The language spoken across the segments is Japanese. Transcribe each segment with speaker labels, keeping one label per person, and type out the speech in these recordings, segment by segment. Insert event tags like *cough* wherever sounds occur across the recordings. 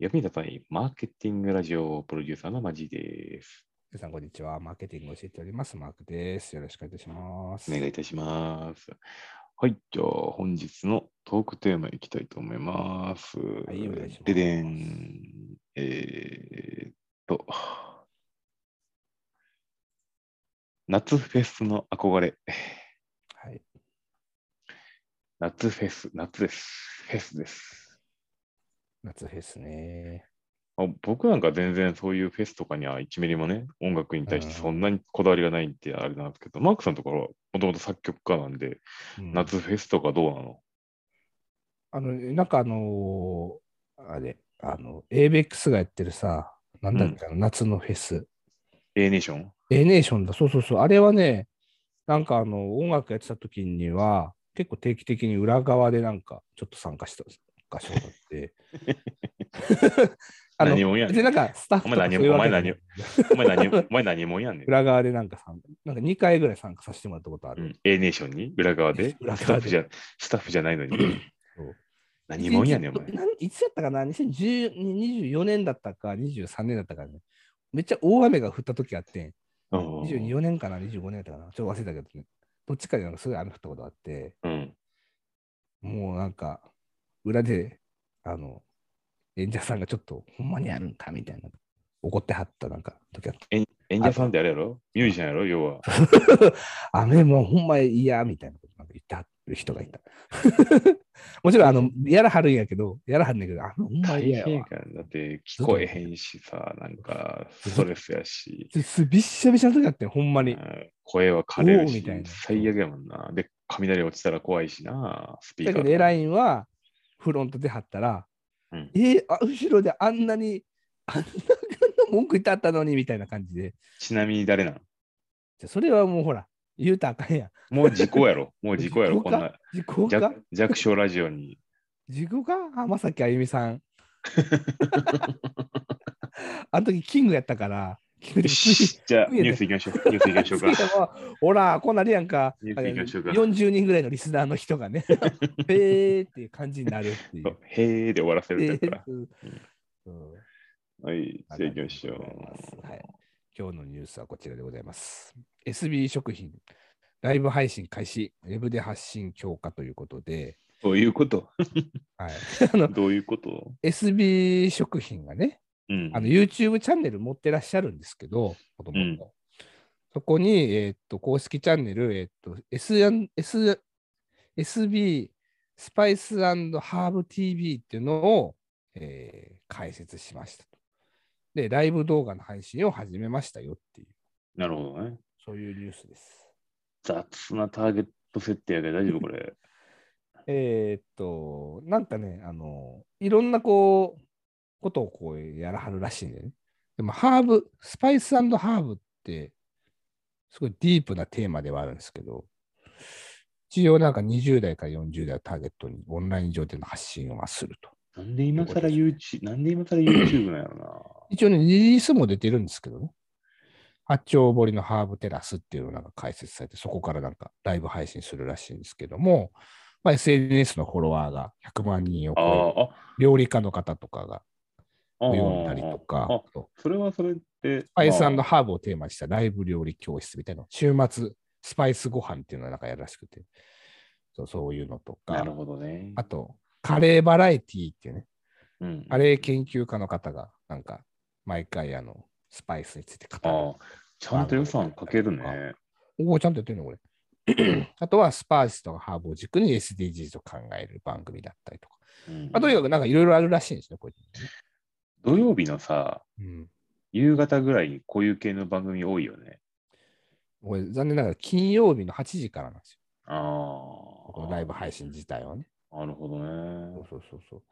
Speaker 1: 闇の対マーケティングラジオプロデューサーのマジです。
Speaker 2: 皆さん、こんにちは。マーケティングを教えております。マークです。よろしくお願いいたします。
Speaker 1: お願いいたします。はい、じゃあ本日のトークテーマいきたいと思います。はい
Speaker 2: お願いします
Speaker 1: ででん。えーっと。夏フェスの憧れ。
Speaker 2: はい。
Speaker 1: 夏フェス、夏です。フェスです。
Speaker 2: 夏フェスね。
Speaker 1: あ僕なんか全然そういうフェスとかには1ミリもね、音楽に対してそんなにこだわりがないんであれなんですけど、マークさんのところはもともと作曲家なんで、
Speaker 2: うん
Speaker 1: 夏フェスとかどうなの
Speaker 2: あの、なんかあのーあれ、あの、ABEX がやってるさ、なんだっけ、あの夏のフェス。
Speaker 1: ?A ネーション
Speaker 2: A ネーションだ。そうそうそう。あれはね、なんかあの、音楽やってた時には、結構定期的に裏側でなんか、ちょっと参加した、参加したことあって。
Speaker 1: *laughs*
Speaker 2: あの
Speaker 1: 何もやん
Speaker 2: 別になんかスタッフとか
Speaker 1: お前何
Speaker 2: そういうわけ
Speaker 1: お前何
Speaker 2: じゃない
Speaker 1: お前何も、お前何もやんねん。
Speaker 2: 裏側でなんか参加、なんか2回ぐらい参加させてもらったことあ
Speaker 1: う
Speaker 2: る。
Speaker 1: ん、A ネーションに裏側で
Speaker 2: 裏
Speaker 1: スタ
Speaker 2: 側で
Speaker 1: ッフじゃ、スタッフじゃないのに
Speaker 2: そう。
Speaker 1: 何もやねん、お
Speaker 2: いつ
Speaker 1: 前。
Speaker 2: なんいつやったかな ?2024 年だったか、23年だったかね。めっちゃ大雨が降った時あってん。
Speaker 1: うん
Speaker 2: 24年かな ?25 年だったかなちょっと忘れたけどね。どっちかでなんかすごい雨降ったことあって、
Speaker 1: うん。
Speaker 2: もうなんか、裏で、あの、演者さんがちょっと、ほんまにやるんかみたいな。怒ってはったなんか時あって。
Speaker 1: 演者さんってあれやろミュージシャンやろ要は。
Speaker 2: 雨もうほんま嫌みたいなことなんか言ってはる人がいた。 *laughs* もちろん、あの、やらはるんやけど、やらはるんだけど、雨ほんま
Speaker 1: 大
Speaker 2: 嫌や
Speaker 1: 変
Speaker 2: わ
Speaker 1: や。からだって聞こえへんしさ、なんかストレスやし、
Speaker 2: すびっしゃびしゃの時だってんほんまに。
Speaker 1: うん声は枯れる
Speaker 2: おう
Speaker 1: し
Speaker 2: みたい、な
Speaker 1: 最悪やもんな。で、雷落ちたら怖いしな、スピー
Speaker 2: だ
Speaker 1: カ
Speaker 2: け
Speaker 1: ー
Speaker 2: ど、
Speaker 1: と。
Speaker 2: エラインはフロントで貼ったら、
Speaker 1: うん
Speaker 2: えーあ後ろであんなに、あんな文句言ってあったのにみたいな感じで、
Speaker 1: ちなみに誰なん
Speaker 2: じゃそれはもうほら、言うたらあかんやん。
Speaker 1: もう事故やろ。もう事故やろ。
Speaker 2: 事
Speaker 1: こ
Speaker 2: 故
Speaker 1: ん
Speaker 2: か
Speaker 1: な
Speaker 2: 時効か
Speaker 1: 弱弱小ラジオに。
Speaker 2: *laughs* 時効か浜崎あゆみさん。あの時キングやったから、キング
Speaker 1: よ
Speaker 2: で
Speaker 1: し、じゃあ
Speaker 2: 次
Speaker 1: ニ
Speaker 2: や
Speaker 1: ュー
Speaker 2: ね
Speaker 1: ス行きましょう。
Speaker 2: *laughs*
Speaker 1: ニュース行きましょうか。
Speaker 2: 次はほら、こんなりやんか。
Speaker 1: ニュース行きましょうか
Speaker 2: 40人ぐらいのリスナーの人がね、ペーっていう感じになるってい
Speaker 1: そう
Speaker 2: う。
Speaker 1: へーで終わらせるタイプだ
Speaker 2: えーうんうん
Speaker 1: はい、じゃあ行きましょ
Speaker 2: ありがとうございます
Speaker 1: う。
Speaker 2: はい今日のニュースはこちらでございます。SB 食品、ライブ配信開始、ウェブで発信強化ということで、
Speaker 1: どういうこと *laughs*
Speaker 2: はい、あの
Speaker 1: どういうこと
Speaker 2: SB 食品がね、
Speaker 1: うん
Speaker 2: あ。の YouTube チャンネル持ってらっしゃるんですけど、もとも
Speaker 1: う
Speaker 2: と
Speaker 1: ん
Speaker 2: そこに、えーっと公式チャンネル、えーっと S S SB スパイスハーブ TV っていうのを、えー開設しましたと。で、ライブ動画の配信を始めましたよっていう、
Speaker 1: なるほどね。
Speaker 2: そういうニュースです。
Speaker 1: 雑なターゲット設定やけど大丈夫こ *laughs* れ。
Speaker 2: えーっと、なんかね、あの、いろんなこう、ことをこうやらはるらしいんだよね。でも、ハーブ、スパイスハーブって、すごいディープなテーマではあるんですけど、一応なんか20代から40代をターゲットにオンライン上での発信をすると。
Speaker 1: なんで今更 YouTube、なんで今更 YouTube なんやろ
Speaker 2: 一応ね、リリースも出てるんですけどね。八丁堀のハーブテラスっていうのがなんか開設されて、そこからなんかライブ配信するらしいんですけども、まあ、SNS のフォロワーが100万人を
Speaker 1: な。
Speaker 2: 超えて、
Speaker 1: ああ、あ
Speaker 2: 料理家の方とかが
Speaker 1: あ
Speaker 2: 呼んだりとか
Speaker 1: ああ、
Speaker 2: そう
Speaker 1: それはそれって。
Speaker 2: スパイス
Speaker 1: まあ
Speaker 2: ハーブをテーマにしたライブ料理教室みたいな、週末スパイスご飯っていうのはなんかやるらしくて、そうそういうのと
Speaker 1: な
Speaker 2: か
Speaker 1: る、ほどね。
Speaker 2: あと、カレーバラエティーっていうね、
Speaker 1: うん
Speaker 2: カレー研究家の方がなんか毎回あの、スパイスについて語
Speaker 1: ああ、ちゃんと予算かけるね。
Speaker 2: る。おお、ちゃんとやってるのこれ。 *clears throat* あとはスパイスとかハーブを軸に SDGs を考える番組だったりとか。
Speaker 1: うん
Speaker 2: まあ、とにかくなんかいろいろあるらしいんですね、こういう
Speaker 1: 土曜日のさ、
Speaker 2: のね。うん
Speaker 1: 夕方ぐらいにこういう系の番組多いよね。
Speaker 2: これ残念ながら金曜日の8時からなんですよ。
Speaker 1: あ
Speaker 2: この
Speaker 1: あ。
Speaker 2: ライブ配信自体はね。
Speaker 1: なるほど
Speaker 2: そう
Speaker 1: ね。
Speaker 2: そうそうそう。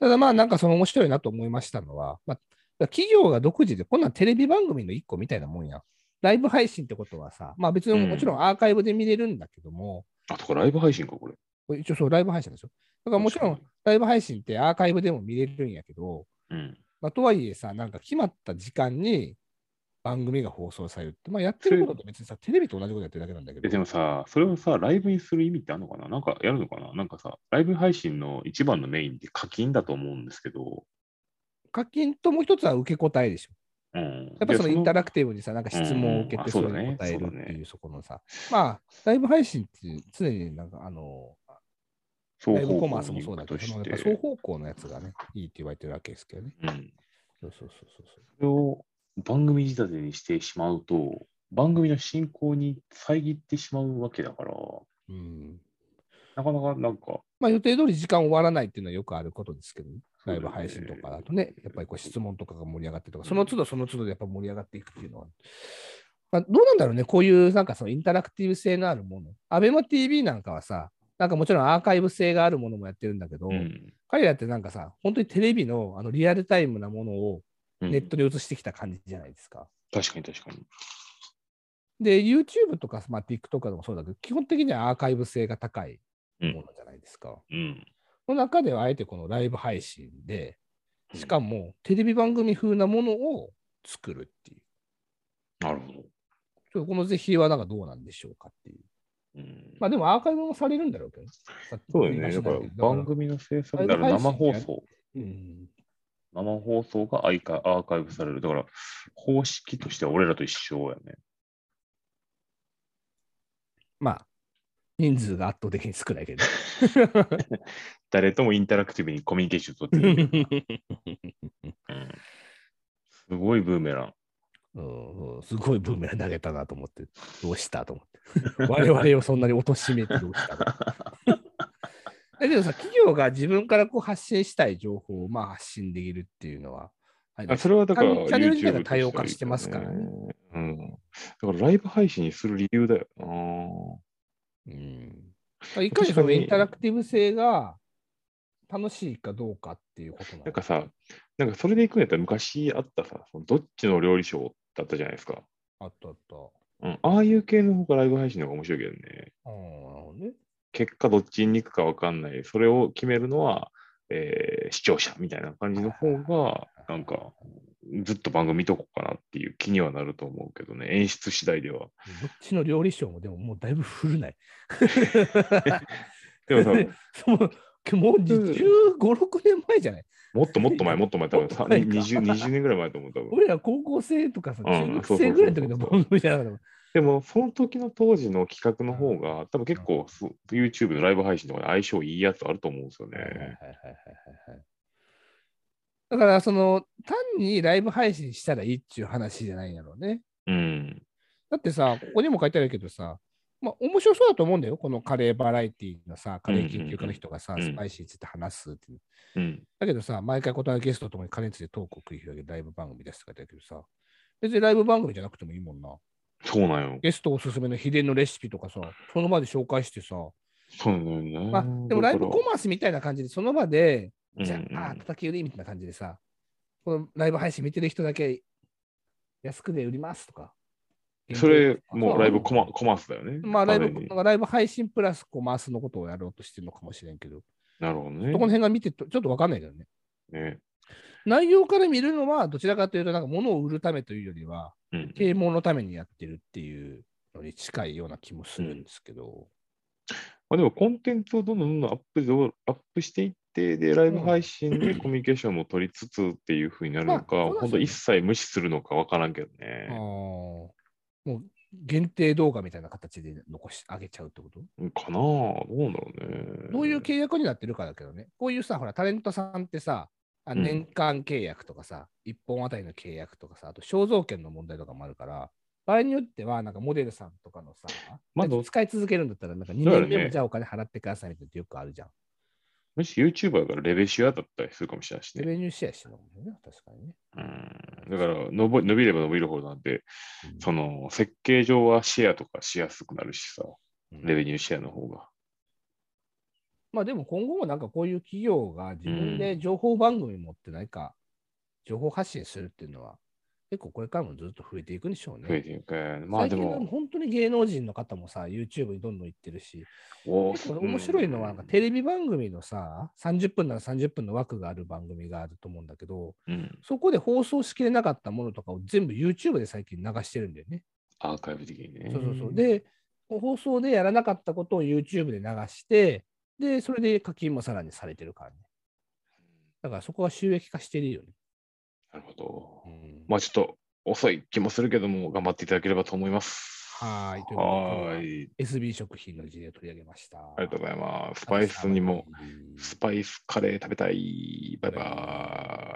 Speaker 2: ただまあなんかその面白いなと思いましたのは、まあ、企業が独自で、こんなんテレビ番組の一個みたいなもんやん。ライブ配信ってことはさ、まあ別
Speaker 1: う
Speaker 2: に
Speaker 1: ん
Speaker 2: もちろんアーカイブで見れるんだけども、
Speaker 1: あ、とかライブ配信か、これ。
Speaker 2: これ一応そうライブ配信でしょ。だからもちろん。ライブ配信ってアーカイブでも見れるんやけど、
Speaker 1: うん。
Speaker 2: まあ、とはいえさ、なんか決まった時間に番組が放送されるって、まあやってることって別にさ、テレビと同じことやってるだけなんだけ
Speaker 1: え
Speaker 2: ど。
Speaker 1: でもさ、それをさ、ライブにする意味ってあるのかななんかやるのかななんかさ、ライブ配信の一番のメインって課金だと思うんですけど、
Speaker 2: 課金ともう一つは受け答えでしょ。
Speaker 1: うん。
Speaker 2: やっぱそのインタ
Speaker 1: ラ
Speaker 2: ラクティブにさ、なんか質問を受けて
Speaker 1: うん
Speaker 2: そ
Speaker 1: うん
Speaker 2: れ
Speaker 1: あ
Speaker 2: に答え
Speaker 1: そ
Speaker 2: るっ
Speaker 1: うだね
Speaker 2: ていうそこのさ、まあ、ライブ配信って常になんかあの、ライブコマースもそうだけど、そのやっぱ双方向のやつがね、いいって言われてるわけですけどね。
Speaker 1: うん。
Speaker 2: そうそうそうそう。
Speaker 1: それを番組仕立てにしてしまうと、番組の進行に遮ってしまうわけだから、
Speaker 2: うん、
Speaker 1: なかなかなんか、
Speaker 2: まあ予定通り時間終わらないっていうのはよくあることですけどね。ライブ配信とかだとね、やっぱりこう質問とかが盛り上がってとか、その都度その都度でやっぱ盛り上がっていくっていうのは。まあ、どうなんだろうね、こういうなんかそのインタラクティブ性のあるもの。アベマ TV なんかはさ、なんかもちろんアーカイブ性があるものもやってるんだけど、
Speaker 1: うん、
Speaker 2: 彼らってなんかさ、本当にテレビのあのリアルタイムなものを
Speaker 1: うん
Speaker 2: ネットに映してきた感じじゃないですか。
Speaker 1: 確かに確かに。
Speaker 2: で、YouTube とか、まあ、TikTok とかでもそうだけど、基本的にはアーカイブ性が高いものじゃないですか。
Speaker 1: うん。
Speaker 2: その中ではあえてこのライブ配信で、
Speaker 1: うん
Speaker 2: しかもテレビ番組風なものを作るっていう。
Speaker 1: なるほど。
Speaker 2: ちょっとこの是非はなんかどうなんでしょうかっていう。
Speaker 1: うん
Speaker 2: まあでもアーカイブもされるんだろうけどね。さっき
Speaker 1: そうだ
Speaker 2: 言い
Speaker 1: よ
Speaker 2: ま
Speaker 1: ね。だか
Speaker 2: したけ
Speaker 1: ら
Speaker 2: ど
Speaker 1: 番。組の制作だから
Speaker 2: ライブ
Speaker 1: 生
Speaker 2: 配信
Speaker 1: 放
Speaker 2: やる
Speaker 1: 送、
Speaker 2: うん
Speaker 1: 生放送がアイカアーカイブされる。だから方式としては俺らと一緒やね。
Speaker 2: まあ、人数が圧倒的に少な
Speaker 1: *laughs*
Speaker 2: いけど。
Speaker 1: 誰ともインタラクティブにコミュニケーション取
Speaker 2: *laughs*
Speaker 1: っていい。うんすごいブーメラン。
Speaker 2: うんうんすごいブーメラン投げたなと思って、どうしたと思って。我々をそんなに貶としめてどうしたのだけどさ、企業が自分からこう発信したい情報をまあ発信できるっていうのは、あれ
Speaker 1: あ
Speaker 2: です
Speaker 1: それはだから
Speaker 2: チャン
Speaker 1: YouTube
Speaker 2: チャンネル自体が
Speaker 1: と
Speaker 2: 多様化してますからね
Speaker 1: うん。だからライブ配信にする理由だよな。
Speaker 2: うんだからいかにそ
Speaker 1: 確
Speaker 2: の
Speaker 1: かに
Speaker 2: インタラクティブ性が楽しいかどうかっていうことなの
Speaker 1: なんかさ、なんかそれでいくんやったら昔あったさ、そのどっちの料理ショーだったじゃないですか。
Speaker 2: あったあった。
Speaker 1: うん。ああいう系の方がライブ配信の方が面白いけどね。
Speaker 2: うんなるほどね
Speaker 1: 結果どっちに行くか分かんない。それを決めるのは、えー視聴者みたいな感じの方が、なんか、ずっと番組見とこうかなっていう気にはなると思うけどね。演出次第では。
Speaker 2: どっちの料理賞もでももうだいぶ古ない。
Speaker 1: でも
Speaker 2: *laughs*
Speaker 1: さ、
Speaker 2: そのもう15、6年前じゃない
Speaker 1: もっともっと前、もっと前、多分さ
Speaker 2: *laughs* もっと前か
Speaker 1: 20、20年ぐらい前と思う、多分。
Speaker 2: 俺ら高校生とかさ、
Speaker 1: うん
Speaker 2: 中学生ぐらいの時の番組じゃなかっ
Speaker 1: でも、その時の当時の企画の方が、多分結構、そう YouTube のライブ配信とかで相性いいやつあると思うんですよ
Speaker 2: た。はいはいはいはい
Speaker 1: ね。
Speaker 2: はいはいだから、その、単にライブ配信したらいいっていう話じゃないんだろうね。
Speaker 1: うん。
Speaker 2: だってさ、ここにも書いてあるけどさ、まあ、面白そうだと思うんだよ。このカレーバラエティのさ、カレー研究家の人がさ、
Speaker 1: うんうんうん
Speaker 2: スパイシーについて話すっていう。
Speaker 1: うん。
Speaker 2: だけどさ、毎回異なるゲストと共にカレーについてトークを繰り広げるライブ番組ですとかだけどさ、別にライブ番組じゃなくてもいいもんな。
Speaker 1: そうなんよ。
Speaker 2: ゲストおすすめの秘伝のレシピとかさ、その場で紹介してさ、
Speaker 1: そうなんよね。
Speaker 2: まあ、でもライブコマースみたいな感じで、その場で、
Speaker 1: マ
Speaker 2: じゃあ、叩き売りみたいな感じでさ、このライブ配信見てる人だけ安くで売りますとか。
Speaker 1: それ、もうライブ
Speaker 2: コ
Speaker 1: コマコマースだよね。
Speaker 2: まあ、ライブ
Speaker 1: 完全に
Speaker 2: ライブ配信プラスコマースのことをやろうとしてるのかもしれんけど、
Speaker 1: なるほど
Speaker 2: そ
Speaker 1: ね。
Speaker 2: この辺が見てと、ちょっとわかんないけどね。
Speaker 1: ね
Speaker 2: 内容から見るのは、どちらかというと、なんか物を売るためというよりは、
Speaker 1: うん、
Speaker 2: 啓蒙のためにやってるっていうのに近いような気もするんですけど、
Speaker 1: まあでもコンテンツをどんどんどんどんアップどうアップしていって、で、ライブ配信でコミュニケーションも取りつつっていうふうになるのか、
Speaker 2: まあそうですね
Speaker 1: 本当一切無視するのかわからんけど
Speaker 2: あー
Speaker 1: ね。
Speaker 2: もう限定動画みたいな形で残し上げちゃうってこと
Speaker 1: かなあどうなんだろうね。
Speaker 2: どういう契約になってるかだけどね、こういうさ、ほら、タレントさんってさ、あ
Speaker 1: うん
Speaker 2: 年間契約とかさ、1本あたりの契約とかさ、あと肖像権の問題とかもあるから、場合によっては、なんかモデルさんとかのさ、
Speaker 1: まあ
Speaker 2: やつ使い続けるんだったら、なんか2
Speaker 1: そうだよ
Speaker 2: 年
Speaker 1: ね
Speaker 2: 目もじゃあお金払ってくださいみたいなのってよくあるじゃん。
Speaker 1: むしろ YouTuber だからレベシアだったりするかもしれないし
Speaker 2: レ
Speaker 1: ね。
Speaker 2: ベニューシェアしてるもんね、確かにね。
Speaker 1: うん、だから伸び、伸びれば伸びるほどなんで、
Speaker 2: うん
Speaker 1: その設計上はシェアとかしやすくなるしさ、レベニューシェアの方が。
Speaker 2: まあでも今後もなんかこういう企業が自分で情報番組持ってないか、情報発信するっていうのは、結構これからもずっと増えていくんでしょうね。
Speaker 1: 増えていくね。まあで
Speaker 2: 最近は
Speaker 1: も、
Speaker 2: 本当に芸能人の方もさ、YouTube にどんどん行ってるし、
Speaker 1: お
Speaker 2: 結構面白いのは、なんかテレビ番組のさ、30分なら30分の枠がある番組があると思うんだけど、
Speaker 1: うん、
Speaker 2: そこで放送しきれなかったものとかを全部 YouTube で最近流してるんだよね。
Speaker 1: アーカイブ的にね。
Speaker 2: そうそうそう。で、放送でやらなかったことを YouTube で流して、で、それで課金もさらにされてるからね。だからそこは収益化してるよね。
Speaker 1: なるほど。
Speaker 2: うん
Speaker 1: まあちょっと遅い気もするけども、頑張っていただければと思います。
Speaker 2: はーいということで
Speaker 1: はーい。
Speaker 2: SB 食品の事例を取り上げました。
Speaker 1: ありがとうございます。スパイスにも、
Speaker 2: はい
Speaker 1: スパイスカレー食べたい。バイバーイ。